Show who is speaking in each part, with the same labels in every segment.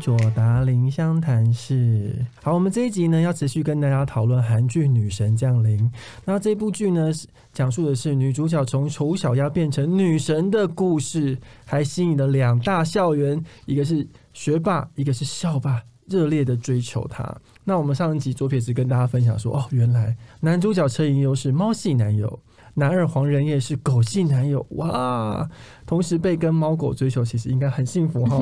Speaker 1: 左达林湘潭市。好，我们这一集呢要持续跟大家讨论韩剧《女神降临》。那这部剧呢是讲述的是女主角从丑小鸭变成女神的故事，还吸引了两大校园，一个是学霸，一个是校霸，热烈的追求她。那我们上一集左撇子跟大家分享说，哦，原来男主角车银优是猫系男友，男二黄仁烨是狗系男友，哇！同时被跟猫狗追求，其实应该很幸福哈。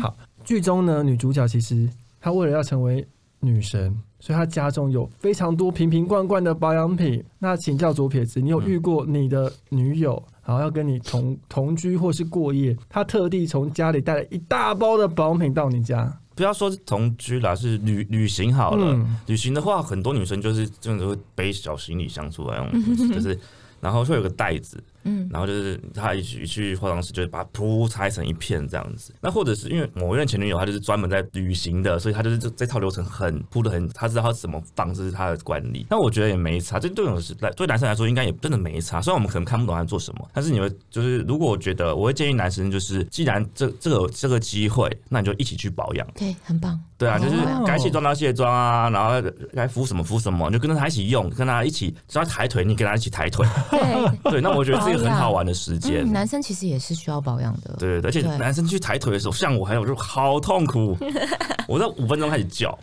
Speaker 1: 好，剧中呢，女主角其实她为了要成为女神，所以她家中有非常多瓶瓶罐罐的保养品。那请教左撇子，你有遇过你的女友，然后要跟你同同居或是过夜，她特地从家里带了一大包的保养品到你家？
Speaker 2: 不要说是同居啦，是旅旅行好了。
Speaker 1: 嗯
Speaker 2: 旅行的话，很多女生就是真的会背小行李箱出来，那种就是，然后会有个袋子，
Speaker 3: 嗯，
Speaker 2: 然后就是她一起去化妆室，就会把它铺拆成一片这样子。那或者是因为某一任前女友，她就是专门在旅行的，所以她就是这这套流程很铺的很，她知道她怎么放，这是她的惯例。那我觉得也没差，这对我是对男生来说应该也真的没差。虽然我们可能看不懂她做什么，但是你们就是如果我觉得，我会建议男生就是，既然这这个有这个机会，那你就一起去保养。
Speaker 3: 对，很棒。
Speaker 2: 对啊，就是
Speaker 1: 哦
Speaker 2: 该卸妆的要卸妆啊，然后该敷什么敷什么，你就跟着他一起用，跟他一起，只要抬腿，你跟他一起 抬腿。
Speaker 3: 对，嗯
Speaker 2: 对，那我觉得这个很好玩的时间。
Speaker 3: 嗯，男生其实也是需要保养的。
Speaker 2: 对对，对而且
Speaker 3: 对
Speaker 2: 男生去抬腿的时候，像我还有就好痛 苦，我在五分钟开始叫，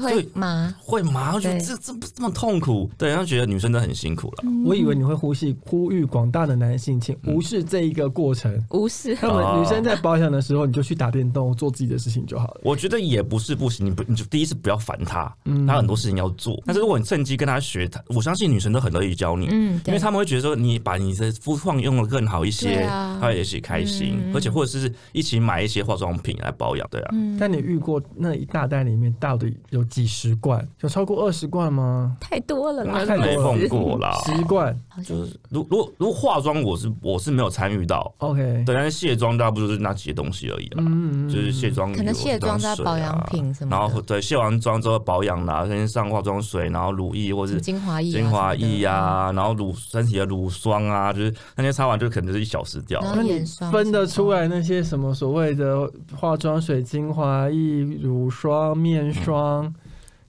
Speaker 3: 会吗？
Speaker 2: 会麻，我觉得
Speaker 3: 对嗯
Speaker 2: 这这不这么痛苦，对，然后觉得女生真的很辛苦了。
Speaker 1: 我以为你会呼吁呼吁广大的男性，请无视这一个过程。
Speaker 3: 无视。
Speaker 1: 那么女生在保养的时候，你就去打电动，做自己的事情就好了。
Speaker 2: 我觉得也不是不行，你不你就第一是不要烦他，
Speaker 1: 嗯
Speaker 2: 他有很多事情要做，但是如果你趁机跟他学，他我相信女生都很乐意教你，
Speaker 3: 嗯，
Speaker 2: 因
Speaker 3: 对
Speaker 2: 为他们会觉得说你把你的肤况用的更好一些，
Speaker 3: 对啊
Speaker 2: 他也许开心，
Speaker 3: 嗯
Speaker 2: 而且或者是一起买一些化妆品来保养，对啊。
Speaker 3: 嗯
Speaker 1: 但你遇过那一大袋里面到底有几十罐？有超过二十罐吗？
Speaker 3: 太多了
Speaker 1: 那
Speaker 3: 啦，
Speaker 1: 太多
Speaker 2: 没
Speaker 1: 了
Speaker 2: 碰过啦，
Speaker 1: 十罐
Speaker 3: 好像
Speaker 2: 就是如如果如果化妆，我是我是没有参与到，
Speaker 1: ，OK。
Speaker 2: 对，但是卸妆大部分就是那几些东西而已啦，
Speaker 1: 嗯，嗯
Speaker 2: 就是卸妆油、
Speaker 3: 可能卸妆加
Speaker 2: 水啊
Speaker 3: 保养品什么的
Speaker 2: 然后对卸完妆之后保养啦，先上化妆水，然后乳液或
Speaker 3: 什么
Speaker 2: 是
Speaker 3: 精华液、
Speaker 2: 精华液
Speaker 3: 啊
Speaker 2: 啊，然后乳身体的乳霜啊，就是那天擦完就可能就是一小时掉了，
Speaker 3: 然
Speaker 1: 那
Speaker 3: 后
Speaker 1: 你
Speaker 3: 眼霜
Speaker 1: 分得
Speaker 3: 什么
Speaker 1: 出来那些什么所谓的化妆水、精华液、乳霜、面
Speaker 2: 嗯
Speaker 1: 霜、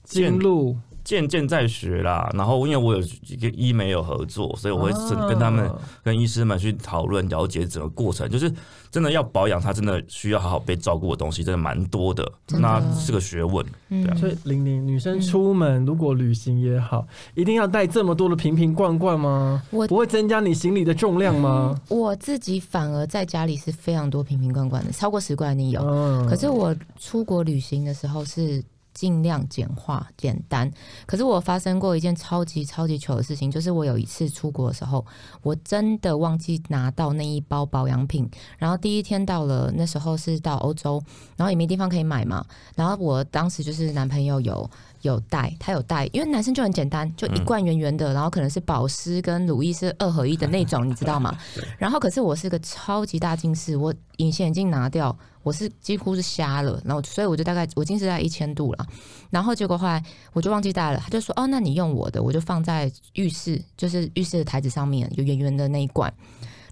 Speaker 1: 精露？
Speaker 2: 渐渐在学啦，然后因为我有一个医美有合作，所以我会是跟他们、
Speaker 3: 哦
Speaker 1: 啊
Speaker 2: 跟医师们去讨论了解整个过程，就是真的要保养，它真的需要好好被照顾的东西，真的蛮多的，
Speaker 3: 真的
Speaker 2: 那是个学问。
Speaker 3: 嗯
Speaker 1: 所以玲玲，女生出门如果旅行也好，一定要带这么多的瓶瓶罐罐吗？
Speaker 3: 我
Speaker 1: 不会增加你行李的重量吗？
Speaker 3: 我自己反而在家里是非常多瓶瓶罐罐的，超过十罐一定有。
Speaker 1: 嗯，
Speaker 3: 可是我出国旅行的时候是尽量简化、简单。可是我发生过一件超级超级糗的事情，就是我有一次出国的时候，我真的忘记拿到那一包保养品。然后第一天到了，那时候是到欧洲，然后也没地方可以买嘛。然后我当时就是男朋友有。有带，他有带，因为男生就很简单，就一罐圆圆的，然后可能是保湿跟乳液是二合一的那种，你知道吗？然后可是我是个超级大近视，我隐形眼镜拿掉，我是几乎是瞎了，然后所以我就大概我近视在一千度了，然后结果后来我就忘记带了，他就说哦，那你用我的，我就放在浴室，就是浴室的台子上面有圆圆的那一罐，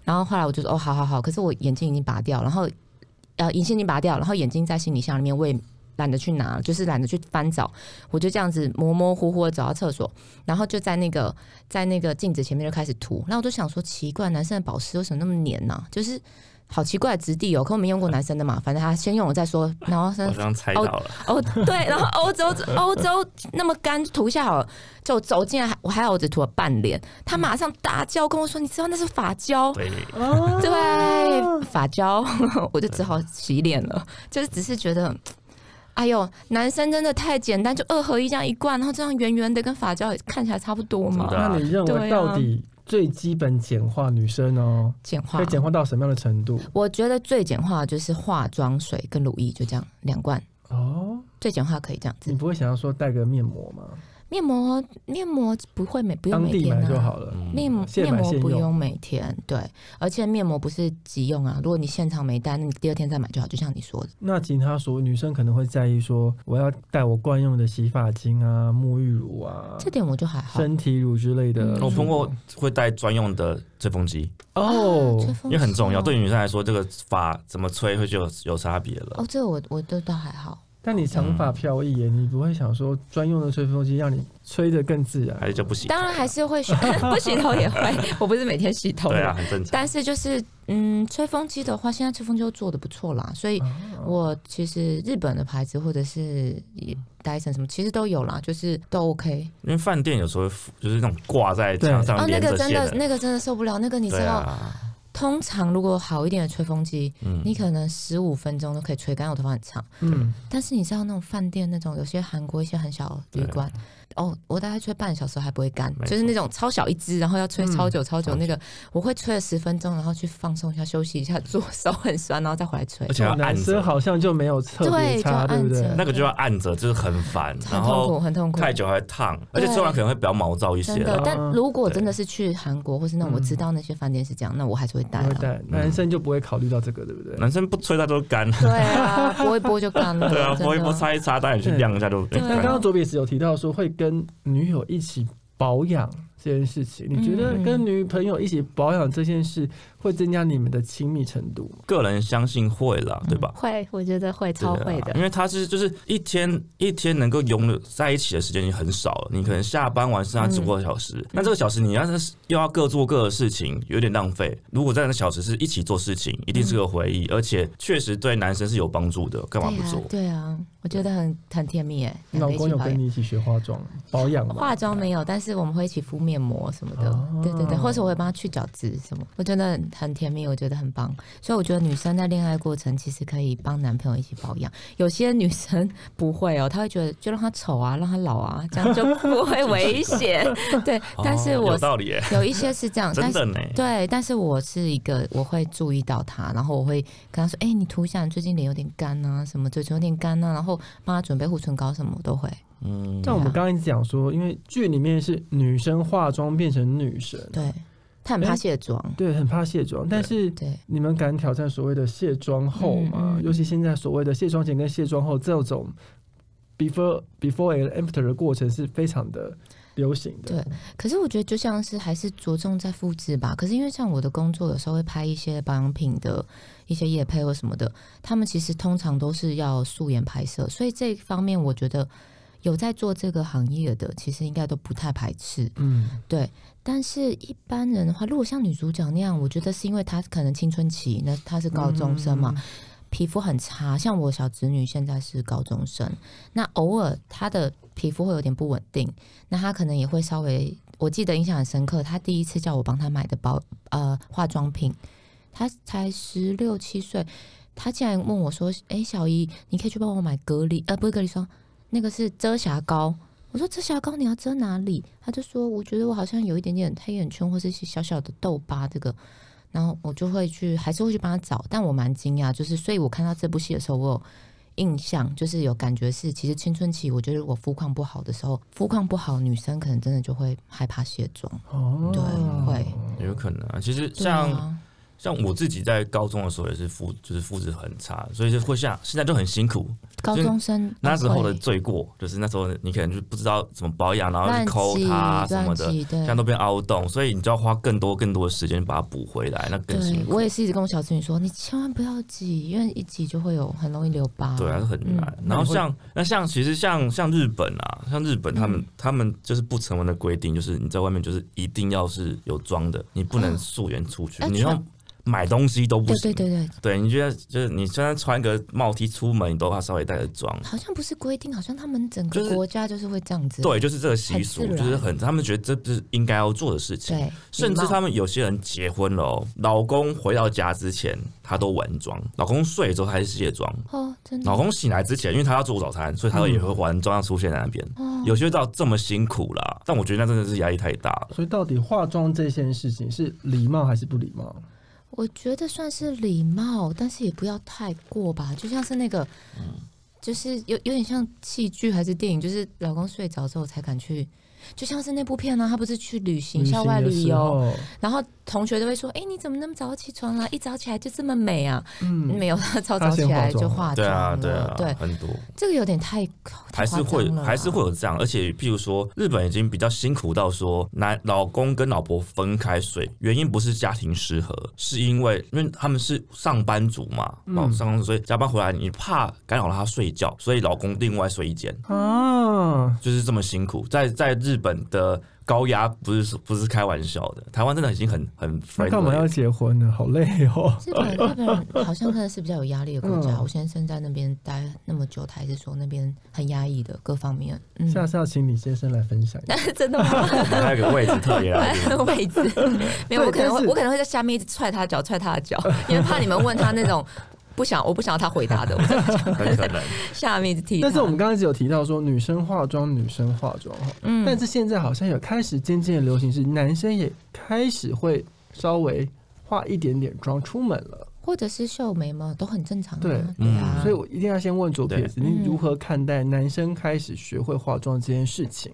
Speaker 3: 然后后来我就说哦，好好好，可是我眼镜已经拔掉，然后呃隐形已经拔掉，然后眼镜在行李箱里面，我也懒得去拿，就是懒得去翻找，我就这样子模模糊糊的走到厕所，然后就在那个在那个镜子前面就开始涂，那我就想说奇怪，男生的保湿为什么那么黏呢、就是。好奇怪的质地哦，可我没用过男生的嘛，反正他先用我再说，然后
Speaker 2: 我
Speaker 3: 先
Speaker 2: 刚刚猜到了，
Speaker 3: 哦，对，然后欧洲欧洲那么干，涂一下好了，就走进来，我还好我只涂了半脸，他马上大叫跟我说：“你知道那是发胶。”
Speaker 2: 对，
Speaker 1: 啊
Speaker 3: 对，发胶，我就只好洗脸了。就是只是觉得，哎呦，男生真的太简单，就二合一这样一罐，然后这样圆圆的，跟发胶也看起来差不多嘛
Speaker 2: 真。的
Speaker 1: 那你认为
Speaker 3: 对啊
Speaker 1: 到底最基本简化女生哦，
Speaker 3: 简化
Speaker 1: 可以，简化到什么样的程度？
Speaker 3: 我觉得最简化的就是化妆水跟乳液，就这样两罐，
Speaker 1: 哦，
Speaker 3: 最简化可以这样子
Speaker 1: 嗯你。不会想要说带个面膜吗？
Speaker 3: 面膜面膜不会每不用
Speaker 1: 当
Speaker 3: 每
Speaker 1: 地
Speaker 3: 天
Speaker 1: 买
Speaker 3: 啊，
Speaker 1: 就好了。
Speaker 2: 嗯
Speaker 3: 面膜
Speaker 1: 现
Speaker 3: 面
Speaker 1: 买
Speaker 3: 膜
Speaker 1: 现
Speaker 3: 不
Speaker 1: 用
Speaker 3: 用每天，对，而且面膜不是急用啊。如果你现场没带，那你第二天再买就好。就像你说的，
Speaker 1: 那其他所女生可能会在意说，我要带我惯用的洗发精啊、沐浴乳啊、
Speaker 3: 这点我就还好。
Speaker 1: 身体乳之类的
Speaker 3: 嗯。
Speaker 2: 我哦碰过会带专用的吹风机，
Speaker 1: 哦
Speaker 3: 啊吹，
Speaker 2: 因
Speaker 3: 风
Speaker 2: 为很重要，
Speaker 3: 机哦
Speaker 2: 对女生来说，这个发怎么吹会就有有差别了
Speaker 3: 哦，。这个我我都倒还好。
Speaker 1: 但你长发飘逸耶，你不会想说专用的吹风机让你吹得更自然
Speaker 2: 还是就不行，
Speaker 3: 当然还是会洗，不洗 头也会。我不是每天洗头
Speaker 2: 对啊，
Speaker 3: 啦，
Speaker 2: 很正常。
Speaker 3: 但是就是嗯，吹风机的话，现在吹风机都做的不错啦，所以
Speaker 1: 啊？
Speaker 3: 我其实日本的牌子或者是也
Speaker 1: 嗯
Speaker 3: Dyson 什么，其实都有啦，就是都 OK。
Speaker 2: 因为饭店有时候会附就是那种挂在墙
Speaker 3: 哦
Speaker 2: 上，
Speaker 3: 那
Speaker 2: 连
Speaker 3: 个
Speaker 2: 着
Speaker 3: 真
Speaker 2: 线
Speaker 3: 的，那个真的受不了。那个你知
Speaker 2: 对
Speaker 3: 道，
Speaker 2: 啊，
Speaker 3: 通常如果好一点的吹风机，
Speaker 2: 嗯
Speaker 3: 你可能十五分钟都可以吹干。我头发很长，
Speaker 1: 嗯，
Speaker 3: 但是你知道那种饭店那种有些韩国一些很小的旅馆，哦，我大概吹半小时还不会干，
Speaker 2: 没错
Speaker 3: 就是那种超小一支，然后要吹
Speaker 1: 嗯
Speaker 3: 超久超久
Speaker 2: 超久
Speaker 3: 那个，我会吹了十分钟，然后去放松一下，休息一下， 左手很酸，然后再回来吹
Speaker 2: 而。且要按
Speaker 1: 哦男生
Speaker 2: 着，
Speaker 1: 好像就没有特别
Speaker 3: 对就
Speaker 1: 差，对不对
Speaker 3: 按着？
Speaker 2: 那个就要按着，就是很烦，
Speaker 3: 很
Speaker 2: 然
Speaker 3: 痛苦，
Speaker 2: 后
Speaker 3: 很痛苦，
Speaker 2: 太久还会烫，而
Speaker 3: 对
Speaker 2: 且吃完可能会比较毛躁一些
Speaker 3: 真的
Speaker 2: 了。。
Speaker 3: 但
Speaker 1: 啊
Speaker 3: 如果
Speaker 2: 对
Speaker 3: 真的是去韩国，或是那种我
Speaker 1: 嗯
Speaker 3: 知道那些饭店是这样，那我还是会带
Speaker 1: 不会
Speaker 3: 了。
Speaker 1: 带，
Speaker 2: 嗯
Speaker 1: 男生就不会考虑到这个，对不对？
Speaker 2: 男生不吹它都干，
Speaker 3: 对啊，拨一拨就干 了。
Speaker 2: 对啊，
Speaker 3: 真的
Speaker 2: 拨一拨擦一擦，当然去晾一下就
Speaker 3: 对
Speaker 1: 那刚
Speaker 2: 干。
Speaker 1: 刚左比斯有提到说会跟女友一起保养这件事情，你觉得
Speaker 3: 嗯
Speaker 1: 跟女朋友一起保养这件事会增加你们的亲密程度吗？
Speaker 2: 个人相信会啦，对吧？
Speaker 3: 会，我觉得嗯会
Speaker 2: 对啊因为他是就是一天一天能够拥有在一起的时间已经很少了，你可能下班完剩下只不过小
Speaker 3: 嗯
Speaker 2: 时，那这个小时你要是又要各做各的事情，有点浪费。如果在那小时是一起做事情，一定是个回忆，而且确实对男生是有帮助的，干嘛不做？
Speaker 3: 对啊，对啊，我觉得很很甜蜜哎。
Speaker 1: 你
Speaker 3: 两
Speaker 1: 老
Speaker 3: 个一
Speaker 1: 公
Speaker 3: 起
Speaker 1: 有
Speaker 3: 保
Speaker 1: 跟
Speaker 3: 养
Speaker 1: 你一起学化妆保养吗？
Speaker 3: 化妆没有，但是我们会一起敷面膜什么的，
Speaker 1: 哦
Speaker 3: 对对对，或者我会帮他去角质什么，我觉得很甜蜜，我觉得很棒。所以我觉得女生在恋爱过程其实可以帮男朋友一起保养，有些女生不会哦，她会觉得就让他丑啊，让他老啊，这样就不会 危险。对，但是
Speaker 2: 哦
Speaker 3: 我
Speaker 2: 有道理耶，
Speaker 3: 有一些是这样，但
Speaker 2: 真
Speaker 3: 是
Speaker 2: 的呢。
Speaker 3: 对，但是我是一个我会注意到他，然后我会跟他说：“哎、你涂一下，你最近脸有点干啊，什么嘴唇有点干啊。”然后帮他准备护唇膏什么我都会。
Speaker 2: 嗯，
Speaker 1: 像我们刚刚一直讲说，因为剧里面是女生化妆变成女神，
Speaker 3: 对，他很怕卸妆。
Speaker 1: 对，很怕卸妆，但是
Speaker 3: 对，
Speaker 1: 你们敢挑战所谓的卸妆后吗？
Speaker 3: 嗯嗯
Speaker 1: 尤其现在所谓的卸妆前跟卸妆后这种 before before and after 的过程是非常的流行的。
Speaker 3: 对可是我觉得就像是还是着重在肤质吧。可是因为像我的工作，有时候会拍一些保养品的一些夜配或什么的，他们其实通常都是要素颜拍摄，所以这一方面我觉得有在做这个行业的，其实应该都不太排斥。
Speaker 1: 嗯，
Speaker 3: 但是一般人的话，如果像女主角那样，我觉得是因为她可能青春期，那她是高中生嘛，皮肤很差。像我小侄女现在是高中生，那偶尔她的皮肤会有点不稳定，那她可能也会稍微，我记得印象很深刻，她第一次叫我帮她买的保呃化妆品，她才十六七岁，她竟然问我说：“哎、小姨，你可以去帮我买隔离呃，不是隔离霜，那个是遮瑕膏。”我说遮瑕膏你要遮哪里？她就说我觉得我好像有一点点黑眼圈或是一些小小的痘疤，这个，然后我就会去还是会去帮她找，但我蛮惊讶，就是所以我看到这部戏的时候，我有印象，就是有感觉是其实青春期，我觉得我肤况不好的时候，肤况不好，女生可能真的就会害怕卸妆，
Speaker 1: 哦，
Speaker 3: 对，会，
Speaker 2: 有可能啊，其实
Speaker 3: 对
Speaker 2: 像、
Speaker 3: 啊
Speaker 2: 像我自己在高中的时候也是肤就是肤质很差，所以就会像现在就很辛苦。
Speaker 3: 高中生
Speaker 2: 那时候的
Speaker 3: 会
Speaker 2: 罪过就是那时候你可能就不知道怎么保养，然后
Speaker 3: 乱
Speaker 2: 去抠
Speaker 3: 挤
Speaker 2: 它啊什么
Speaker 3: 乱
Speaker 2: 的，
Speaker 3: 挤，对
Speaker 2: 现在都变凹洞，所以你就要花更多更多的时间把它补回来，那更辛
Speaker 3: 对，
Speaker 2: 苦
Speaker 3: 我。也是一直跟我小侄女说，你千万不要挤，因为一挤就会有很容易留疤。
Speaker 2: 对啊，是很难。
Speaker 1: 嗯
Speaker 2: 然后像那像其实像像日本啊，像日本他
Speaker 3: 嗯
Speaker 2: 们、他们就是不成文的规定，就是你在外面就是一定要是有妆的，你不能
Speaker 3: 哦
Speaker 2: 素颜出去，
Speaker 3: 要
Speaker 2: 你要
Speaker 3: 穿
Speaker 2: 买东西都不
Speaker 3: 对
Speaker 2: 行。
Speaker 3: 对对对，
Speaker 2: 对，你觉得就是你虽然穿个帽 T 出门，你都怕稍微带着妆。
Speaker 3: 好像不是规定，好像他们整
Speaker 2: 就
Speaker 3: 个
Speaker 2: 是
Speaker 3: 国家就是会这样子。
Speaker 2: 对，就是这个习俗，
Speaker 3: 很自
Speaker 2: 就
Speaker 3: 然
Speaker 2: 是很他们觉得这不是应该要做的事情。
Speaker 3: 对，
Speaker 2: 甚
Speaker 3: 礼
Speaker 2: 至
Speaker 3: 貌
Speaker 2: 他们有些人结婚了、哦，老公回到家之前他都完妆，老公睡了之后他是卸妆，
Speaker 3: 哦，真的
Speaker 2: 老公醒来之前，因为他要做早餐，所以他也会完妆出现在那边。
Speaker 3: 嗯哦
Speaker 2: 有些到这么辛苦啦，但我觉得那真的是压力太大了。
Speaker 1: 所以到底化妆这件事情是礼貌还是不礼貌？嗯
Speaker 3: 我觉得算是礼貌，但是也不要太过吧。就像是那个就是有有点像戏剧还是电影，就是老公睡着之后才敢去，就像是那部片呢、啊，他不是去旅行、校外
Speaker 1: 的
Speaker 3: 旅
Speaker 1: 时
Speaker 3: 游，
Speaker 1: 候，
Speaker 3: 然后同学都会说：“哎、你怎么那么早起床啊啦、一早起来就这么美啊？”
Speaker 1: 嗯，
Speaker 3: 没有，他超
Speaker 1: 他
Speaker 3: 早起
Speaker 1: 先化
Speaker 3: 来
Speaker 1: 妆
Speaker 3: 就化
Speaker 2: 对
Speaker 3: 妆
Speaker 2: 啊，
Speaker 3: 了。
Speaker 2: 对啊，
Speaker 3: 对
Speaker 2: 很多
Speaker 3: 这个有点太
Speaker 2: 还是会还是会有这样，而且譬如说，日本已经比较辛苦到说，男老公跟老婆分开睡，原因不是家庭失和，是因为因为他们是上班族嘛，哦，上班族，所以加班回来你怕干扰到他睡觉，所以老公另外睡一间，
Speaker 1: 啊，
Speaker 2: 就是这么辛苦。在在日本的高压不是不是开玩笑的，台湾真的已经很很
Speaker 1: 那干嘛
Speaker 2: friendly
Speaker 1: 要
Speaker 2: 了。
Speaker 1: 结婚呢？好累哦。
Speaker 3: 日本日本人好像真的是比较有压力的国家。
Speaker 1: 嗯
Speaker 3: 我先生在那边待那么久，他还是说那边很压抑的各方面。嗯，
Speaker 1: 下次要请李先生来分享一下。
Speaker 3: 真的吗？
Speaker 2: 还有个位置特别来 宾，
Speaker 3: 位置没
Speaker 1: 对
Speaker 3: 有，我可能
Speaker 1: 但
Speaker 3: 会
Speaker 1: 是
Speaker 3: 我可能会在下面一直踹他的脚， 踹他的脚，因为怕你们问他那种不想我不想要他回答的，我 在
Speaker 2: 很可能。
Speaker 3: 下面一直踢他。
Speaker 1: 但是我们刚刚只有提到说女生化妆，女生化妆哈，
Speaker 3: 嗯
Speaker 1: 但是现在好像有开始渐渐流行是男生也开始会稍微化一点点妆出门了。
Speaker 3: 或者是秀眉毛都很正常啊，
Speaker 1: 对
Speaker 3: 对啊，
Speaker 1: 所以我一定要先问左撇子，
Speaker 3: 对嗯
Speaker 1: 你如何看待男生开始学会化妆这件事情？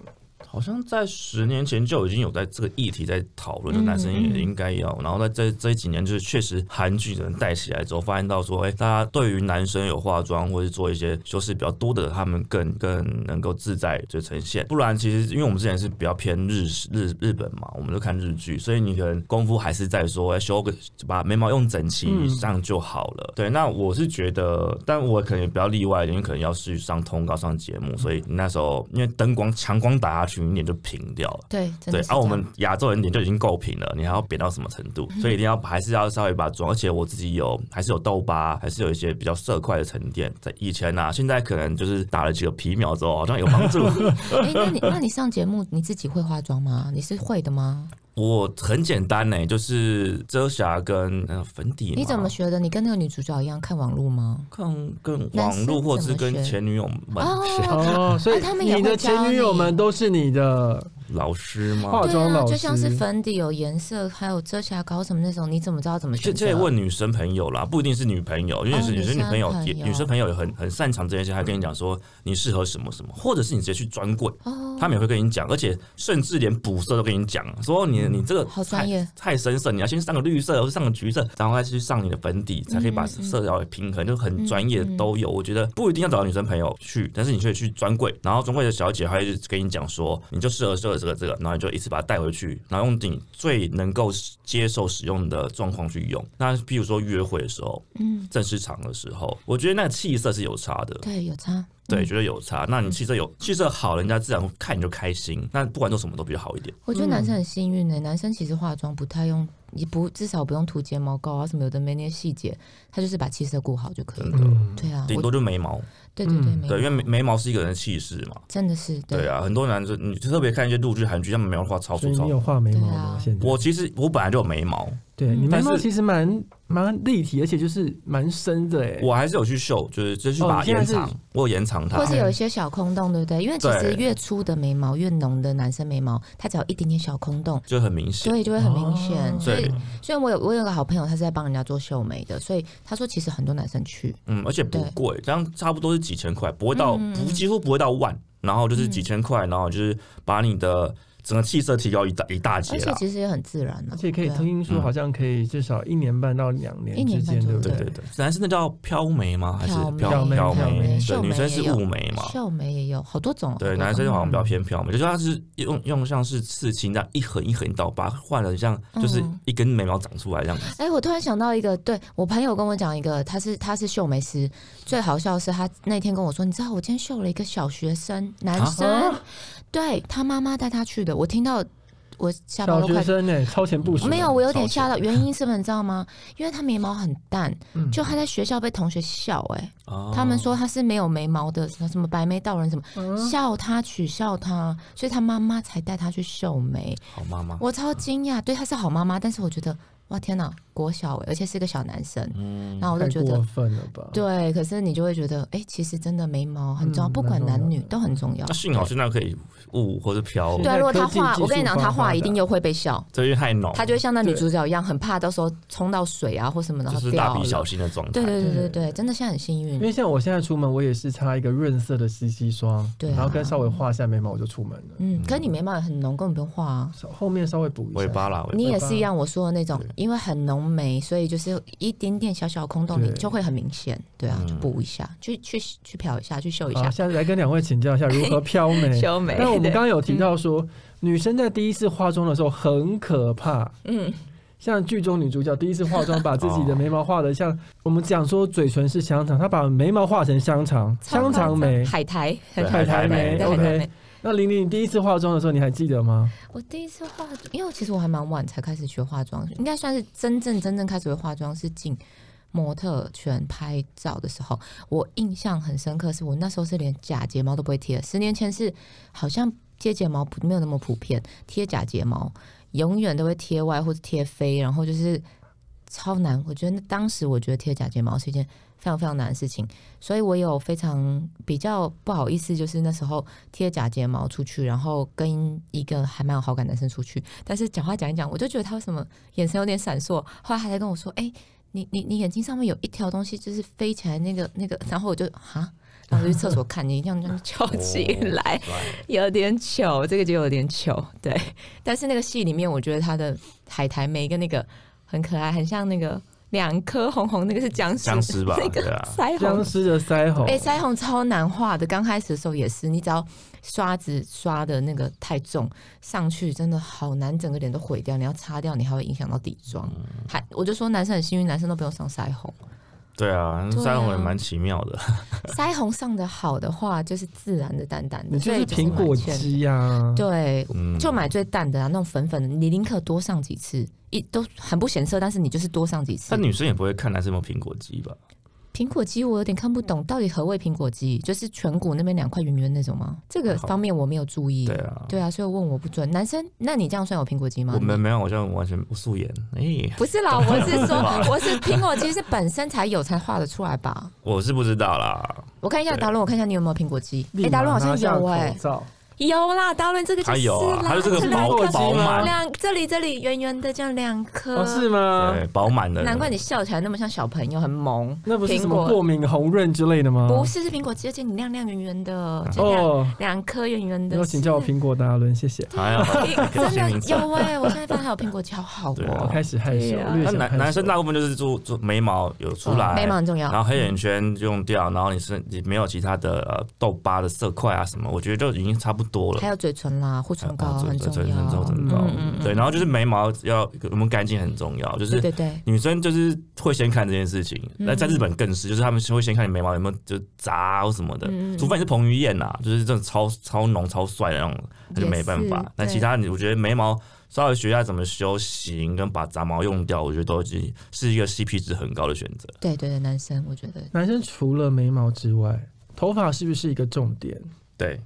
Speaker 2: 好像在十年前就已经有在这个议题在讨论，就
Speaker 3: 嗯
Speaker 2: 男生也应该要。然后在这这几年，就是确实韩剧人带起来之后，发现到说，哎、大家对于男生有化妆或者做一些修饰比较多的，他们更更能够自在就呈现。不然，其实因为我们之前是比较偏日式日日本嘛，我们就看日剧，所以你可能功夫还是在说，哎、修个把眉毛用整齐
Speaker 1: 嗯
Speaker 2: 这样就好了。对，那我是觉得，但我可能也比较例外，因为可能要去上通告、上节目，所以那时候因为灯光强光打下去，你脸就平掉了。
Speaker 3: 对，真
Speaker 2: 对
Speaker 3: 的，是
Speaker 2: 而、我
Speaker 3: 这样嗯
Speaker 2: 们亚洲人脸就已经够平了，你还要扁到什么程度？所以一定要还是要稍微把妆，而且我自己有还是有痘疤，还是有一些比较色块的沉淀。在以前啊，现在可能就是打了几个皮秒之后，好像有帮 助。
Speaker 3: 哎、那你那你上节目你自己会化妆吗？你是会的吗？
Speaker 2: 我很简单呢、欸就是遮瑕跟呃粉底嘛。
Speaker 3: 你怎么学的？你跟那个女主角一样看网络吗？
Speaker 2: 看跟
Speaker 3: 男
Speaker 2: 网
Speaker 3: 生
Speaker 2: 络或者是
Speaker 3: 怎么
Speaker 2: 跟
Speaker 3: 学
Speaker 2: 前女友们学
Speaker 3: 哦，
Speaker 1: 哦，所以
Speaker 3: 啊他们也
Speaker 1: 你的
Speaker 3: 会教
Speaker 1: 前女友
Speaker 3: 你
Speaker 1: 们都是你的
Speaker 2: 老师吗
Speaker 1: 化？
Speaker 3: 对
Speaker 1: 妆
Speaker 3: 啊，
Speaker 1: 老师，
Speaker 3: 就像是粉底有颜色，还有遮瑕膏什么那种，你怎么知道怎么
Speaker 2: 这
Speaker 3: 选
Speaker 2: 这也
Speaker 3: 择？
Speaker 2: 问女生朋友啦，不一定是女朋友，因为
Speaker 3: 哦
Speaker 2: 女生女生女
Speaker 3: 女生
Speaker 2: 朋友
Speaker 3: 朋
Speaker 2: 也
Speaker 3: 友
Speaker 2: 女生朋友也很很擅长这件事，她跟你讲说你适合什么什么，或者是你直接去专柜，
Speaker 3: 哦，
Speaker 2: 他们也会跟你讲，而且甚至连补色都跟你讲，说你你这个
Speaker 3: 嗯好
Speaker 2: 太
Speaker 3: 专业
Speaker 2: 太深色，你要先上个绿色，或者上个橘色，然后再去上你的粉底，才可
Speaker 3: 嗯
Speaker 2: 以把色调给平衡，就很专业的都有。我觉得不一定要找女生朋友去，但是你可以去专柜，然后专柜的小姐她会跟你讲说，你就适合适合这个这个，然后你就一次把它带回去，然后用你最能够接受使用的状况去用。那譬如说约会的时候，
Speaker 3: 嗯，
Speaker 2: 正式场的时候，我觉得那个气色是有差的。
Speaker 3: 对，有差。嗯
Speaker 2: 对，觉得有差。那你气色有气色好，人家自然看你就开心。那不管做什么都比较好一点。
Speaker 3: 我觉得男生很幸运呢、欸男生其实化妆不太用，也不至少不用涂睫毛膏啊什么有的没那些细节，他就是把气色顾好就可以了。
Speaker 1: 嗯，
Speaker 3: 对啊，
Speaker 2: 顶
Speaker 3: 我
Speaker 2: 多就眉毛，
Speaker 3: 对对对，
Speaker 1: 嗯
Speaker 3: 没
Speaker 2: 对，因为
Speaker 3: 有
Speaker 2: 眉眉毛是一个人的气势嘛。
Speaker 3: 真的是
Speaker 2: 对啊，很多男生，你特别看一些陆剧、韩剧，他们眉毛画超
Speaker 1: 所
Speaker 2: 粗
Speaker 1: 以
Speaker 2: 糙
Speaker 1: 你。有画眉毛
Speaker 3: 对
Speaker 1: 吗
Speaker 3: 啊？
Speaker 1: 现在
Speaker 2: 我其实我本来就有眉毛，
Speaker 1: 对你眉
Speaker 2: 但
Speaker 1: 毛
Speaker 2: 是
Speaker 1: 其实蛮蛮立体，而且就是蛮深的哎。
Speaker 2: 我还是有去修，就是就是
Speaker 1: 哦
Speaker 2: 把
Speaker 1: 你
Speaker 2: 它
Speaker 1: 现在
Speaker 2: 延
Speaker 1: 是
Speaker 2: 长，我有延长它
Speaker 3: 或。是有一些小空洞，对不对？因为其实
Speaker 2: 对
Speaker 3: 越粗的眉毛，越浓的男生眉毛，它只要一点点小空洞，
Speaker 2: 就很明显
Speaker 3: 所，以就会很明显。
Speaker 1: 哦
Speaker 3: 所以
Speaker 2: 对，
Speaker 3: 虽然我有我有个好朋友，他是在帮人家做秀眉的，所以他说其实很多男生去，
Speaker 2: 嗯，而且不
Speaker 3: 对
Speaker 2: 贵，这样差不多是几千块，不会到
Speaker 3: 嗯嗯
Speaker 2: 不几乎不会到万，然后就是几千块，然后就是把你的整个气色提高一大一大截
Speaker 3: 而且
Speaker 2: 啦。
Speaker 3: 其实也很自然呢、
Speaker 1: 而
Speaker 3: 啊。
Speaker 1: 且可以
Speaker 3: 对啊
Speaker 1: 听说，
Speaker 2: 嗯
Speaker 1: 好像可以至少一年半到两
Speaker 3: 一
Speaker 1: 年
Speaker 3: 年
Speaker 1: 之
Speaker 3: 半
Speaker 1: 间，对不
Speaker 3: 左
Speaker 1: 对
Speaker 3: 右？
Speaker 2: 对对，男生那叫飘眉吗？还是
Speaker 3: 飘眉
Speaker 1: 飘
Speaker 2: 飘
Speaker 1: 眉
Speaker 2: 眉？对，
Speaker 3: 秀
Speaker 2: 女
Speaker 3: 眉嗯
Speaker 2: 生
Speaker 3: 也
Speaker 2: 是
Speaker 3: 有
Speaker 2: 雾眉嘛。
Speaker 3: 秀眉也有好多种。啊好
Speaker 2: 对，
Speaker 3: 多种
Speaker 2: 男生好像比较偏飘眉，就是他是用用像是刺青这样一横一横到把它换了像就是
Speaker 3: 嗯
Speaker 2: 一根眉毛长出来这样子。
Speaker 3: 哎、我突然想到一个，对我朋友跟我讲一个，他是他是秀眉师，最好笑的是他那天跟我说，你知道我今天秀了一个小学生男生，
Speaker 1: 啊
Speaker 3: 对他妈妈带他去的，我听到我下巴
Speaker 1: 小
Speaker 3: 都
Speaker 1: 学
Speaker 3: 快。
Speaker 1: 生哎，超前部署，
Speaker 3: 没有，我有点
Speaker 2: 超
Speaker 3: 吓到。原因是不是你知道吗？因为他眉毛很淡，
Speaker 1: 嗯
Speaker 3: 就他在学校被同学笑、哎、
Speaker 2: 哦
Speaker 3: 他们说他是没有眉毛的，什么什么白眉道人什么，
Speaker 1: 嗯
Speaker 3: 笑他取笑他，所以他妈妈才带他去秀眉。
Speaker 1: 哦
Speaker 2: 好妈妈，
Speaker 3: 我超惊讶，对，她是好妈妈，但是我觉得，哇天哪，国小欸，而且是个小男生，
Speaker 2: 嗯，
Speaker 3: 那我就
Speaker 1: 太
Speaker 3: 觉
Speaker 1: 过
Speaker 3: 得。
Speaker 1: 分了吧？，
Speaker 3: 对，可是你就会觉得，哎、其实真的眉毛很重要，
Speaker 1: 嗯
Speaker 3: 不
Speaker 1: 蛮
Speaker 3: 管
Speaker 1: 重要
Speaker 3: 男女
Speaker 1: 的
Speaker 3: 都很重要
Speaker 2: 那。幸好现在可以雾或者飘，
Speaker 1: 是
Speaker 3: 对啊，如果他
Speaker 1: 嗯科技
Speaker 3: 画，
Speaker 1: 技
Speaker 3: 我跟你
Speaker 1: 术
Speaker 3: 讲，他
Speaker 1: 发
Speaker 3: 画
Speaker 1: 达
Speaker 3: 一定又会被笑，
Speaker 2: 这因为太浓，
Speaker 3: 他就会像那女
Speaker 1: 哦对
Speaker 3: 主角一样，很怕到时候冲到水啊或什么，然
Speaker 2: 就
Speaker 3: 后
Speaker 2: 是
Speaker 3: 掉
Speaker 2: 蜡笔
Speaker 3: 了。
Speaker 2: 小新的状态。
Speaker 3: 对对对
Speaker 1: 对
Speaker 3: 对对，真的现在很幸
Speaker 1: 因
Speaker 3: 运。
Speaker 1: 为像我现在出门，我也是擦一个润色的 CC 霜，
Speaker 3: 对啊
Speaker 1: 然后跟稍微画一下眉毛，我就出门了。
Speaker 3: 嗯，可是你眉毛也很浓，根本不用画啊。
Speaker 1: 稍后面稍微补一下
Speaker 2: 尾巴啦，尾巴
Speaker 3: 你也是一样，我说的那种
Speaker 2: 对，
Speaker 3: 因为很浓眉，所以就是一点点小小空洞，
Speaker 1: 对
Speaker 3: 你就会很明显。对啊，
Speaker 2: 嗯
Speaker 3: 就补一下，去去去漂一下，去修一
Speaker 1: 好，
Speaker 3: 下，
Speaker 1: 下次来跟两位请教一下如 何飘眉。
Speaker 3: 修眉。
Speaker 1: 但我们
Speaker 3: 对
Speaker 1: 刚刚有提
Speaker 3: 嗯
Speaker 1: 到说，女生在第一次化妆的时候很可怕。
Speaker 3: 嗯，
Speaker 1: 像剧中女主角第一次化妆，把自己
Speaker 2: 哦
Speaker 1: 的眉毛画的像我们讲说嘴唇是香肠，她把眉毛画成香肠，香肠眉。
Speaker 3: 海苔，海
Speaker 2: 对
Speaker 3: 苔
Speaker 1: 海苔
Speaker 2: 眉
Speaker 1: 眉
Speaker 3: 对海苔
Speaker 1: ，OK
Speaker 3: 眉。
Speaker 1: 那玲玲，你第一次化妆的时候，你还记得吗？
Speaker 3: 我第一次化，因为其实我还蛮晚才开始学化妆，应该算是真正真正开始会化妆是进模特圈拍照的时候。我印象很深刻，是我那时候是连假睫毛都不会贴，十年前是好像贴睫毛不没有那么普遍，贴假睫毛永远都会贴歪或者贴飞，然后就是超难。我觉得当时我觉得贴假睫毛是一件非常非常难的事情，所以我有非常比较不好意思，就是那时候贴假睫毛出去，然后跟一个还蛮有好感的男生出去，但是讲话讲一讲，我就觉得他为什么哎眼神有点闪烁，后来他才跟我说：“哎、你你你眼睛上面有一条东西，就是飞起来那个那个。”然后我就哈。然后我就去厕所看，你一样这样翘起
Speaker 2: 哦
Speaker 3: 来，
Speaker 2: 对
Speaker 3: 有点糗，这个就有点糗，对。但是那个戏里面，我觉得他的海苔眉跟那个很可爱，很像那个两颗红红，那个是僵尸，
Speaker 2: 僵尸吧
Speaker 3: 那个
Speaker 2: 对啊
Speaker 3: 腮红
Speaker 1: 僵尸的腮红
Speaker 3: 哎、，腮红超难画的，刚开始的时候也是，你只要刷子刷的那个太重，上去真的好难，整个脸都毁掉。你要擦掉，你还会影响到底妆。
Speaker 2: 嗯
Speaker 3: 还我就说男生很幸运，男生都不用上腮红。
Speaker 2: 对啊，
Speaker 3: 对啊
Speaker 2: 腮红也蛮奇妙的，
Speaker 3: 腮红上的好的话，就是自然的淡淡的，
Speaker 1: 你就
Speaker 3: 所
Speaker 1: 是
Speaker 3: 以
Speaker 1: 苹
Speaker 3: 蛮
Speaker 1: 果
Speaker 3: 欠的
Speaker 1: 肌呀。
Speaker 3: 对，
Speaker 2: 嗯，
Speaker 3: 就买最淡的啊，那种粉粉的，你宁可多上几次，一都很不显色，但是你就是多上几次
Speaker 2: 但。女生也不会看男生有没有苹果肌吧？
Speaker 3: 苹果肌我有点看不懂，到底何谓苹果肌？就是颧骨那边两块圆圆那种吗？这个
Speaker 2: 好
Speaker 3: 方面我没有注意。
Speaker 2: 对啊，
Speaker 3: 对啊，所以问我不准。男生，那你这样算有苹果肌吗？
Speaker 2: 我们没有，好像完全素颜。哎，
Speaker 3: 不是 啦，我是说我是苹果肌是本身才有才画得出来吧？
Speaker 2: 我是不知道啦，我
Speaker 3: 我看一下
Speaker 2: 对
Speaker 3: 达伦，我看一下你有没有苹果肌？哎、
Speaker 1: 立马
Speaker 3: 达伦好
Speaker 1: 拿
Speaker 3: 像
Speaker 1: 下
Speaker 3: 有哎、
Speaker 1: 口罩哦
Speaker 3: 有啦，达伦这个就
Speaker 2: 他
Speaker 3: 是
Speaker 2: 有啊，
Speaker 3: 啦
Speaker 2: 他就这个
Speaker 3: 这两
Speaker 2: 饱
Speaker 1: 个
Speaker 2: 饱满，
Speaker 3: 两这里这里圆圆的这样两颗、
Speaker 1: 哦，是吗？
Speaker 2: 对，饱满的。
Speaker 3: 嗯难怪你笑起来那么像小朋友，很萌。
Speaker 1: 那不是什
Speaker 3: 苹
Speaker 1: 么
Speaker 3: 果
Speaker 1: 过敏红润之类的吗？
Speaker 3: 不是，是苹果肌，而且你亮亮圆圆的，就这样
Speaker 1: 哦，
Speaker 3: 两颗圆圆的。
Speaker 1: 要请教我
Speaker 3: 是
Speaker 1: 苹果达伦，谢谢。
Speaker 2: 哎 呀，可以
Speaker 3: 真
Speaker 2: 签名
Speaker 3: 的
Speaker 2: 照
Speaker 3: 有哎、我现在发现还有苹果肌，好好
Speaker 2: 对
Speaker 1: 我
Speaker 2: 啊
Speaker 3: 哦、
Speaker 1: 开始害羞，
Speaker 3: 对啊
Speaker 1: 略显害
Speaker 2: 那
Speaker 1: 羞
Speaker 2: 男男生大部分就是做做眉毛有出来，
Speaker 3: 嗯眉毛很重要
Speaker 2: 然。后黑眼圈用掉，然后你是你没有其他的呃痘疤的色块啊什么，我觉得就已经差不多了
Speaker 3: 还。有嘴唇啦，护唇膏
Speaker 2: 啊
Speaker 3: 很
Speaker 2: 对
Speaker 3: 重
Speaker 2: 对对
Speaker 3: 要，
Speaker 2: 很重很
Speaker 1: 重
Speaker 3: 嗯嗯嗯
Speaker 2: 对，然后就是眉毛要我们干净很重要，就
Speaker 3: 对
Speaker 2: 是
Speaker 3: 对对，嗯
Speaker 2: 女生就是会先看这件事情。那、在日本更是，就是他们是会先看你眉毛有没有就杂啊或什么的，
Speaker 3: 嗯嗯嗯
Speaker 2: 除非你是彭于晏呐、就是这种超超浓超帅的那种，那就没办
Speaker 3: 也
Speaker 2: 法
Speaker 3: 是。
Speaker 2: 但
Speaker 3: 对
Speaker 2: 其他你，我觉得眉毛稍微学一下怎么修型跟把杂毛用掉，我觉得都已经是一个 CP 值很高的选择。
Speaker 3: 对对对，男生我觉得
Speaker 1: 男生除了眉毛之外，头发是不是一个重点？
Speaker 2: 对，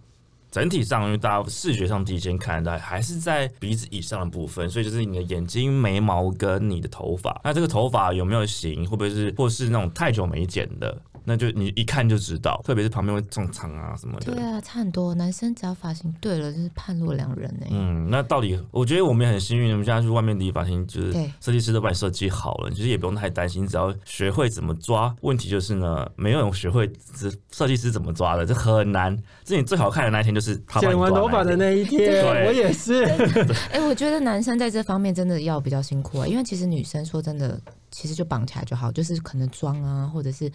Speaker 2: 整体上，因为大家视觉上第一先看到还是在鼻子以上的部分，所以就是你的眼睛、眉毛跟你的头发。那这个头发有没有型，会不会是或是那种太久没剪的，那就你一看就知道，特别是旁边会撞长啊什么的
Speaker 3: 对。啊，差很多。男生只要发型对了，就是判若两人哎、
Speaker 2: 嗯，那到底我觉得我们也很幸运，我们现在去外面理发厅，就是
Speaker 3: 对
Speaker 2: 设计师都帮你设计好了，其实也不用太担心，只要学会怎么抓。问题就是呢，没有人学会这设计师怎么抓的，这很难。这你最好看的那一天就是他帮你
Speaker 1: 剪完
Speaker 2: 抓
Speaker 1: 头发
Speaker 2: 一
Speaker 1: 的
Speaker 2: 天
Speaker 1: 那一天，
Speaker 2: 对
Speaker 1: 我也是。
Speaker 3: 哎、我觉得男生在这方面真的要比较辛苦啊、因为其实女生说真的，其实就绑起来就好，就是可能妆啊，或者是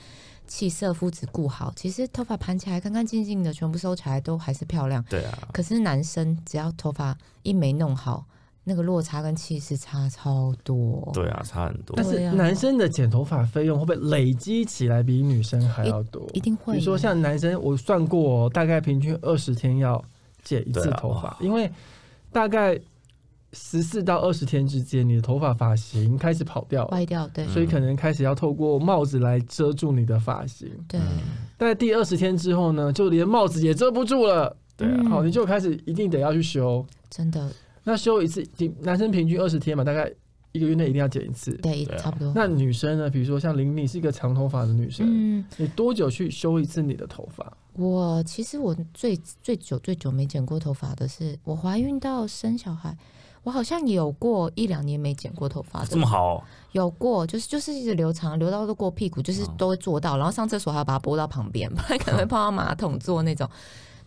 Speaker 3: 气色、肤质顾好，其实头发盘起来干干净净的，全部收起来都还是漂亮。
Speaker 2: 对啊，
Speaker 3: 可是男生只要头发一没弄好，那个落差跟气势差超多。
Speaker 2: 对
Speaker 1: 嗯
Speaker 2: 啊，差很多
Speaker 1: 但。
Speaker 3: 对
Speaker 1: 是
Speaker 3: 啊
Speaker 1: 男生的剪头发费用会不会累积起来比女生还要多？
Speaker 3: 一定
Speaker 1: 比
Speaker 3: 会
Speaker 1: 如说
Speaker 3: 的
Speaker 1: 像男生，我算过、哦，大概平均二十天要剪一次
Speaker 2: 对啊
Speaker 1: 头发，
Speaker 2: 哇
Speaker 1: 因为大概十四到二十天之间，你的头发发型开始跑掉了
Speaker 3: 歪。掉，
Speaker 2: 嗯
Speaker 3: 对
Speaker 1: 所以可能开始要透过帽子来遮住你的发型，
Speaker 3: 对，
Speaker 2: 嗯
Speaker 1: 但第二十天之后呢，就连帽子也遮不住了。
Speaker 2: 对啊，
Speaker 3: 嗯
Speaker 1: 好，你就开始一定得要去修。
Speaker 3: 真的
Speaker 1: 那修一次，男生平均二十天嘛，大概一一个月内一定要剪一次。
Speaker 3: 对，
Speaker 2: 对啊
Speaker 3: 差不多。
Speaker 1: 那女生呢？比如说像林，你是一个长头发的女生，
Speaker 3: 嗯，
Speaker 1: 你多久去修一次你的头发？
Speaker 3: 我其实我最最久最久没剪过头发的是我怀孕到生小孩，我好像有过一两年没剪过头发
Speaker 2: 这
Speaker 3: 的
Speaker 2: 么，好哦，
Speaker 3: 有过就是就是一直留长，留到都过屁股，就是
Speaker 2: 哦
Speaker 3: 都会做到，然后上厕所还要把它拨到旁边， 不然可能会泡到马桶座那种。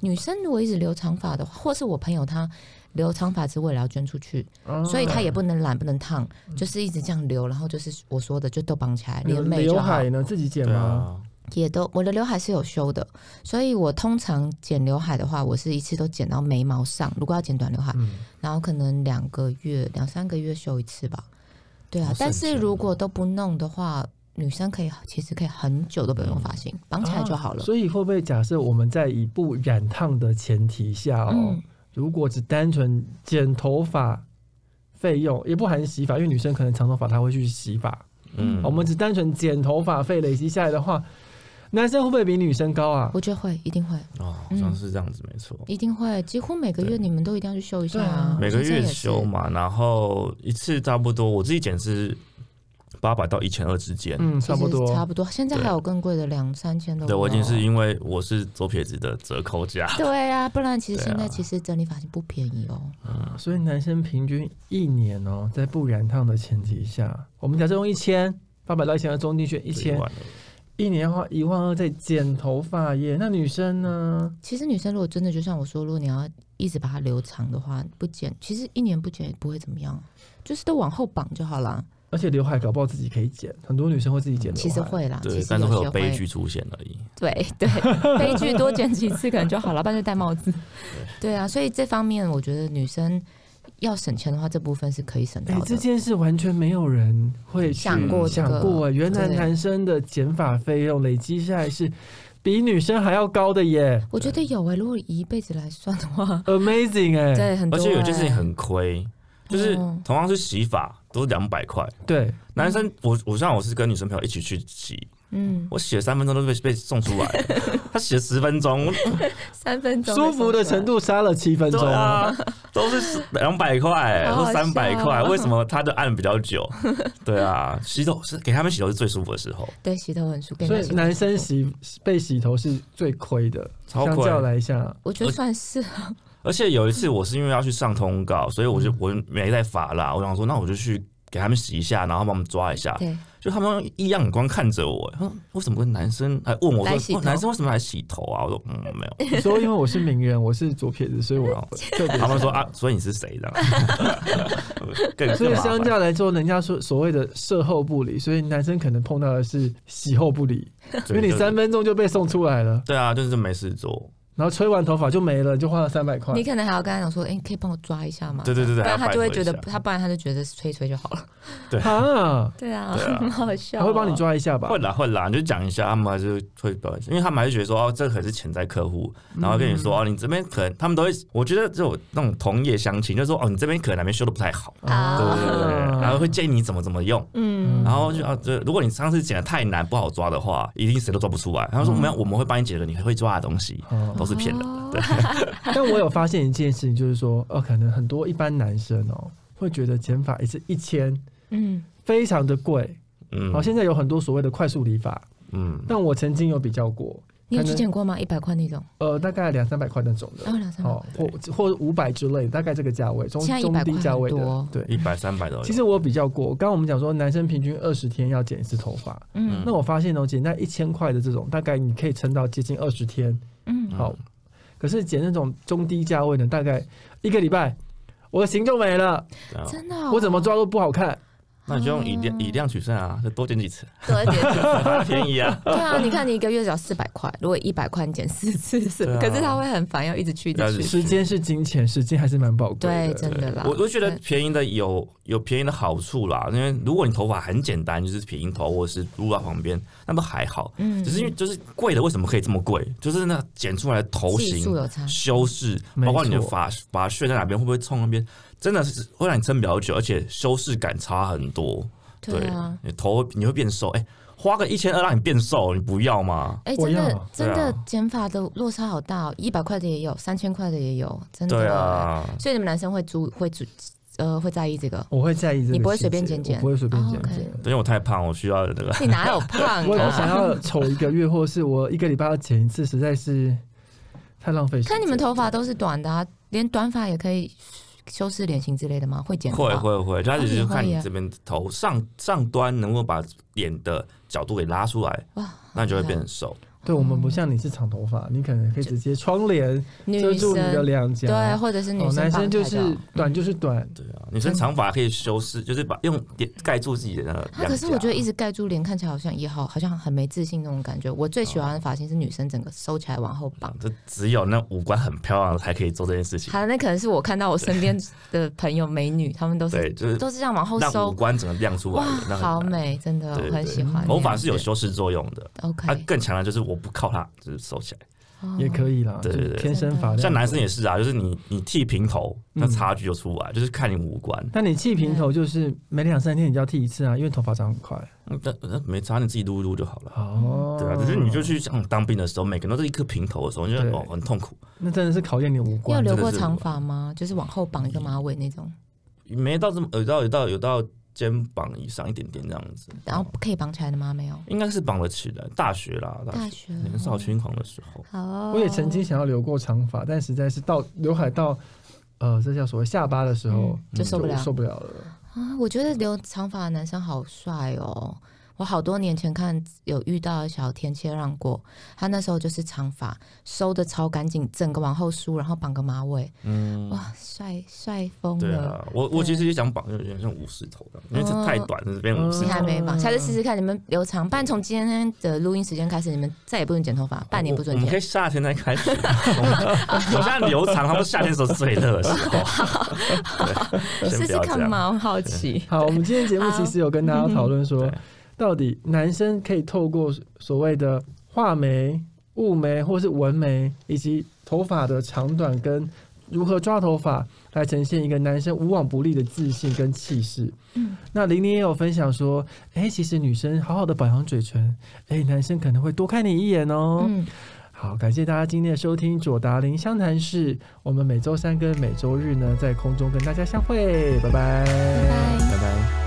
Speaker 3: 女生如果一直留长发的话，或是我朋友她留长发是为了要捐出去，
Speaker 1: 啊
Speaker 3: 所以她也
Speaker 2: 哦
Speaker 3: 不能染不能烫，就是一直这样留，然后就是我说的就都绑起来，
Speaker 1: 你
Speaker 2: 嗯
Speaker 3: 连
Speaker 1: 的
Speaker 3: 美
Speaker 1: 刘
Speaker 3: 就好。
Speaker 1: 海呢？自己剪
Speaker 2: 对
Speaker 1: 吗？
Speaker 2: 啊，
Speaker 3: 也都我的刘海是有修的，所以我通常剪刘海的话，我是一次都剪到眉毛上。如果要剪短刘海，
Speaker 1: 嗯，
Speaker 3: 然后可能两个月、两三个月修一次吧。对啊
Speaker 2: 好省，
Speaker 3: 但是
Speaker 2: 钱
Speaker 3: 如
Speaker 2: 哦
Speaker 3: 果都不弄的话，女生可以其实可以很久都不用用发
Speaker 1: 嗯
Speaker 3: 型，绑起来就好了。
Speaker 1: 啊所以会不会假设我们在以不染烫的前提下哦，
Speaker 3: 嗯，
Speaker 1: 如果只单纯剪头发费用，也不含洗发，因为女生可能长头发她会去洗发。
Speaker 2: 嗯，
Speaker 1: 我们只单纯剪头发费累积下来的话，男生会不会比女生高啊？
Speaker 3: 我觉得会，一定会，
Speaker 2: 哦，好像是这样子，没错。
Speaker 3: 一定会，几乎每个
Speaker 2: 对
Speaker 3: 月你们都一定要去修一下
Speaker 1: 对啊
Speaker 3: 啊。
Speaker 2: 每个
Speaker 3: 女生
Speaker 2: 月
Speaker 3: 也是
Speaker 2: 休，嘛，然后一次差不多，我自己剪是八百到一千二之间。
Speaker 1: 嗯，
Speaker 3: 其
Speaker 1: 差不
Speaker 3: 实
Speaker 1: 多。
Speaker 3: 差不多。现在还
Speaker 2: 对
Speaker 3: 有更贵的，两三千都有。
Speaker 2: 对，我已经是因为我是左撇子的折扣价，
Speaker 3: 对啊，不然其实
Speaker 2: 对
Speaker 3: 现在
Speaker 2: 啊
Speaker 3: 其实整理发型不便宜哦。
Speaker 1: 所以男生平均一年哦，在不染烫的前提下，我们假设用一千八百到一千二中间选一
Speaker 2: 所以
Speaker 1: 千，
Speaker 2: 完了
Speaker 1: 一年的话一万二在剪头发耶。那女生呢？
Speaker 3: 其实女生如果真的就像我说，如果你要一直把它留长的话，不剪，其实一年不剪也不会怎么样，就是都往后绑就好啦。
Speaker 1: 而且刘海搞不好自己可以剪，很多女生会自己剪
Speaker 3: 嗯其
Speaker 1: 刘
Speaker 3: 实
Speaker 1: 海。
Speaker 3: 会啦，其
Speaker 2: 啊对，
Speaker 3: 实
Speaker 2: 但是会
Speaker 3: 有些
Speaker 2: 有悲，剧出现而已。
Speaker 3: 对对，悲剧多剪几次可能就好了，不然就戴帽子。 对啊，所以这方面我觉得女生要省钱的话，这部分是可以省
Speaker 1: 哎、
Speaker 3: 到
Speaker 1: 这
Speaker 3: 的。
Speaker 1: 件事完全没有人会去
Speaker 3: 想过这
Speaker 1: 想
Speaker 3: 个
Speaker 1: 过哎，原来
Speaker 3: 对
Speaker 1: 男生的剪发费用累积下来是比女生还要高的耶
Speaker 3: 我觉得有欸诶、如果以一辈子来算的话，
Speaker 1: ，amazing 哎、
Speaker 3: 对很
Speaker 2: 而
Speaker 3: 多、欸，
Speaker 2: 且有一件事情很亏，就是
Speaker 3: 嗯
Speaker 2: 同样是洗发都是两百块，
Speaker 1: 对，
Speaker 2: 男生我我像我是跟女生朋友一起去洗，
Speaker 3: 嗯，
Speaker 2: 我洗了三分钟都被被送出来了， 他洗了十分钟，
Speaker 3: 三分钟
Speaker 1: 舒服的程度杀了七分钟
Speaker 2: 对 啊，都是两百块
Speaker 3: 好
Speaker 2: 或
Speaker 3: 好笑
Speaker 2: 三百块，
Speaker 3: 哦
Speaker 2: 为什么他的按比较 久？对啊，洗头是给他们洗头是最舒服的时候，
Speaker 3: 对洗头很舒服，
Speaker 1: 所以男生洗被洗头是最亏的，
Speaker 2: 超
Speaker 1: 相
Speaker 2: 亏
Speaker 1: 较来下，
Speaker 3: 我觉得算是
Speaker 1: 啊
Speaker 2: 而且有一次我是因为要去上通告，所以我
Speaker 3: 嗯
Speaker 2: 就我没带发蜡，我想说那我就去给他们洗一下，然后帮我们抓一下。
Speaker 3: 对。
Speaker 2: 就他们用异样眼光看着我，他说为什么跟男生还问我
Speaker 3: 来洗
Speaker 2: 说、
Speaker 3: 头
Speaker 2: 哦男生为什么来洗头啊？我说嗯没有，
Speaker 1: 你说因为我是名人，我是左撇子，所以我特别
Speaker 2: 他们说啊，所以你是谁这 样？更
Speaker 1: 所
Speaker 2: 更
Speaker 1: 以
Speaker 2: 麻
Speaker 1: 相
Speaker 2: 烦。
Speaker 1: 较来说，人家说所谓的售后不理，所以男生可能碰到的是洗后不理，因
Speaker 2: 对
Speaker 1: 为你
Speaker 2: 就是
Speaker 1: 三分钟就被送出来了，
Speaker 2: 对啊，就是没事做。
Speaker 1: 然后吹完头发就没了，就花了三百块
Speaker 3: 你。可能还要跟他讲说，哎、你可以帮我抓一下吗？
Speaker 2: 对对对对
Speaker 3: 不然
Speaker 2: 还要
Speaker 3: 他就会
Speaker 2: 拜托
Speaker 3: 觉
Speaker 2: 一
Speaker 3: 得
Speaker 2: 下
Speaker 3: 他，不然他就觉得吹吹就好了。
Speaker 1: 啊，
Speaker 3: 对啊
Speaker 2: 对啊
Speaker 3: 很 好笑
Speaker 1: 他会帮你。抓一下吧
Speaker 2: 会？啦会啦，你就讲一下，他们还是会表现，因为他们还是觉得说哦，这可是潜在客户，
Speaker 1: 嗯
Speaker 2: 然后跟你说、哦，你这边可能他们都会，我觉得这种那种同业相亲，就是说哦，你这边可能哪边修的不太好，
Speaker 3: 啊
Speaker 2: 对对对，对然后会建议你怎么怎么用，
Speaker 3: 嗯，
Speaker 2: 然后就啊，这如果你上次剪的太难不好抓的话，一定谁都抓不出来。他
Speaker 1: 嗯
Speaker 2: 说没有，我们会帮你解决你会抓的东西，
Speaker 1: 哦
Speaker 2: 都是
Speaker 3: 嗯
Speaker 2: 骗人的。对，
Speaker 1: 但我有发现一件事情，就是说，呃，可能很多一般男生哦，会觉得剪发一次一千
Speaker 3: 嗯，
Speaker 1: 非常的贵。
Speaker 2: 嗯，
Speaker 1: 好，现在有很多所谓的快速理发，
Speaker 2: 嗯，
Speaker 1: 但我曾经有比较过，
Speaker 3: 你有
Speaker 1: 可
Speaker 3: 去
Speaker 1: 能
Speaker 3: 剪过吗？一百块那种，
Speaker 1: 呃，大概两三百块那种的
Speaker 3: 然，后两三百
Speaker 1: 哦
Speaker 3: 块，，
Speaker 1: 或或五百之类，大概这个价位，中
Speaker 3: 现在
Speaker 1: 中
Speaker 3: 100
Speaker 1: 低价位
Speaker 3: 块很
Speaker 1: 的
Speaker 3: 多，
Speaker 1: 对。
Speaker 2: 一百三百的，
Speaker 1: 其实我有比较过，刚刚我们讲说男生平均二十天要剪一次头发，
Speaker 3: 嗯
Speaker 1: 那我发现哦，剪那一千块的这种，大概你可以撑到接近二十天，
Speaker 3: 嗯，
Speaker 1: 好。可是剪那种中低价位的，大概一个礼拜，我的型就没了，
Speaker 2: 对啊
Speaker 3: 真的哦、
Speaker 1: 我怎么抓都不好看。
Speaker 2: 那你就用以量以量取胜啊，就多剪几 次，
Speaker 3: 多一点？。
Speaker 2: 反正便宜啊
Speaker 3: 对啊，你看你一个月只要四百块，如果一百块你减四次是不是，
Speaker 2: 对啊
Speaker 3: 可是他会很烦，要一直去一
Speaker 2: 要
Speaker 3: 直
Speaker 2: 一直
Speaker 3: 去。
Speaker 1: 时间是金钱，时间还是蛮宝贵
Speaker 3: 对，
Speaker 1: 的。
Speaker 3: 真的啦。
Speaker 2: 我我觉得
Speaker 3: 对
Speaker 2: 便宜的有有便宜的好处啦，因为如果你头发很简单，就是平头或者是撸到旁边，那么还好。
Speaker 3: 嗯
Speaker 2: 只是因为就是贵的为什么可以这么贵？就是那剪出来的头
Speaker 3: 技
Speaker 2: 型
Speaker 3: 术有差，
Speaker 2: 修饰，
Speaker 1: 没错
Speaker 2: 包括你的发发屑在哪边，会不会冲那边，真的是会让你撑比较久，而且修饰感差很多。
Speaker 3: 对啊。
Speaker 2: 你头你会变瘦，哎、花个一千二让你变瘦，你不要吗？
Speaker 3: 哎、
Speaker 1: 我
Speaker 3: 真
Speaker 1: 要
Speaker 3: 的真
Speaker 2: 对
Speaker 3: 的
Speaker 2: 啊
Speaker 3: 剪发的落差好大哦，一百块的也有，三千块的也有，真的。
Speaker 2: 对啊，
Speaker 3: 所以你们男生会租会租呃会在意这个？
Speaker 1: 我会在意这个细节，
Speaker 3: 你不会随便剪剪
Speaker 1: 我不会随便
Speaker 3: 哦
Speaker 1: 剪
Speaker 3: OK
Speaker 1: 剪。
Speaker 2: 对因为我太胖，我需要那个。
Speaker 3: 你哪有胖
Speaker 1: 我我想
Speaker 3: 啊？
Speaker 1: 要丑一个月，或是我一个礼拜要剪一次，实在是太浪费时间。
Speaker 3: 看你们头发都是短的、啊，连短发也可以修饰脸型之类的吗？会剪吗
Speaker 2: 会会会，就它只
Speaker 3: 哦
Speaker 2: 是
Speaker 3: 你会
Speaker 2: 看你
Speaker 3: 耶
Speaker 2: 这边头上上端能够把脸的角度给拉出来，
Speaker 3: 哇，
Speaker 2: 那你就会
Speaker 3: 好
Speaker 2: 变很瘦。
Speaker 1: 对我们不像你是长头发，你可能可以直接窗帘遮
Speaker 3: 女
Speaker 1: 住你的
Speaker 3: 生
Speaker 1: 两颊。
Speaker 3: 对，或者是女
Speaker 1: 哦，
Speaker 3: 生
Speaker 1: 男
Speaker 3: 绑
Speaker 1: 生就
Speaker 3: 太啊
Speaker 1: 是
Speaker 3: 高
Speaker 1: 短就是短，
Speaker 2: 对啊，女生长发可以修饰，就是把用点盖住自己的那个
Speaker 3: 啊，
Speaker 2: 两颊。
Speaker 3: 可是我觉得一直盖住脸看起来好像也好，好像很没自信那种感觉。我最喜欢的发型是女生整个收起来往后绑
Speaker 2: 啊。这只有那五官很漂亮的才可以做这件事情。
Speaker 3: 好，那可能是我看到我身边的朋友美女，她们都是
Speaker 2: 对，就是
Speaker 3: 都是这样往后
Speaker 2: 让五
Speaker 3: 收，
Speaker 2: 官整个亮出来
Speaker 3: 哇
Speaker 2: 的，那，很
Speaker 3: 好
Speaker 2: 难。
Speaker 3: 美，啊真的
Speaker 2: 对
Speaker 3: 我很喜欢那样子。
Speaker 2: 头发是有修饰作用的，它
Speaker 3: OK，
Speaker 2: 更强的就是我不靠它，就是收起来。
Speaker 3: 哦
Speaker 1: 也可以啦，
Speaker 2: 对对对
Speaker 1: 就
Speaker 2: 嗯
Speaker 1: 天生发量。
Speaker 2: 像男生也是啊，就是你你剃平头，那差距就出来，就是看你五官。
Speaker 1: 但你剃平头就是每两三天你就要剃一次啊，因为头发长很快。
Speaker 2: 嗯但那没差，你自己撸一撸就好了。
Speaker 1: 哦，
Speaker 2: 对啊，只是你就去像当兵的时候，每个人都是一颗平头的时候，你就觉
Speaker 1: 对
Speaker 2: 得哦很痛苦，
Speaker 1: 那真的是考验你五
Speaker 3: 你有
Speaker 1: 官。
Speaker 2: 真
Speaker 3: 留
Speaker 2: 的
Speaker 3: 过
Speaker 2: 是
Speaker 3: 长发吗？就是往后绑一个马尾那种，
Speaker 2: 没到这么有到有到有到肩膀以上一点点这样子，
Speaker 3: 然后可以绑起来的吗？没有，
Speaker 2: 应该是绑得起来。大学啦，大
Speaker 3: 大
Speaker 2: 学
Speaker 3: 学哦
Speaker 2: 年少轻狂的时候，
Speaker 3: 好哦，
Speaker 1: 我也曾经想要留过长发，但实在是到刘海到呃，这叫所谓下巴的时候
Speaker 3: 嗯就受不了
Speaker 1: 受不了了。
Speaker 3: 啊，我觉得留长发的男生好帅哦！我好多年前看有遇到小田切让过，他那时候就是长发收的超干净，整个往后梳，然后绑个马尾，
Speaker 2: 嗯，
Speaker 3: 哇，帅帅疯
Speaker 2: 对
Speaker 3: 了！
Speaker 2: 啊，我我其实也想绑，有点像武士头这样，因为这太
Speaker 3: 哦
Speaker 2: 短，这边武士
Speaker 3: 你还
Speaker 2: 头。
Speaker 3: 没绑，下次
Speaker 2: 嗯
Speaker 3: 试试看。你们留长，不然从今天的录音时间开始，你们再也不准剪头发，半年不
Speaker 2: 我
Speaker 3: 准
Speaker 2: 我们可
Speaker 3: 剪。
Speaker 2: 以夏天再开始。我现在留长，他们夏天的时候最热的时候。 对
Speaker 3: 试
Speaker 2: 先不
Speaker 3: 试
Speaker 2: 要这
Speaker 3: 看
Speaker 2: 样。
Speaker 3: 嘛，我好奇。
Speaker 1: 好，我们今天节目其实有跟
Speaker 3: 嗯
Speaker 1: 大家讨论说
Speaker 2: 对，
Speaker 1: 到底男生可以透过所谓的画眉、雾眉或是纹眉，以及头发的长短跟如何抓头发，来呈现一个男生无往不利的自信跟气势。
Speaker 3: 嗯
Speaker 1: 那玲玲也有分享说，哎、其实女生好好的保养嘴唇，哎、男生可能会多看你一眼哦。
Speaker 3: 嗯，
Speaker 1: 好，感谢大家今天的收听《左达林湘潭市》，我们每周三跟每周日呢在空中跟大家相会，拜拜
Speaker 3: 拜拜。
Speaker 2: 拜拜。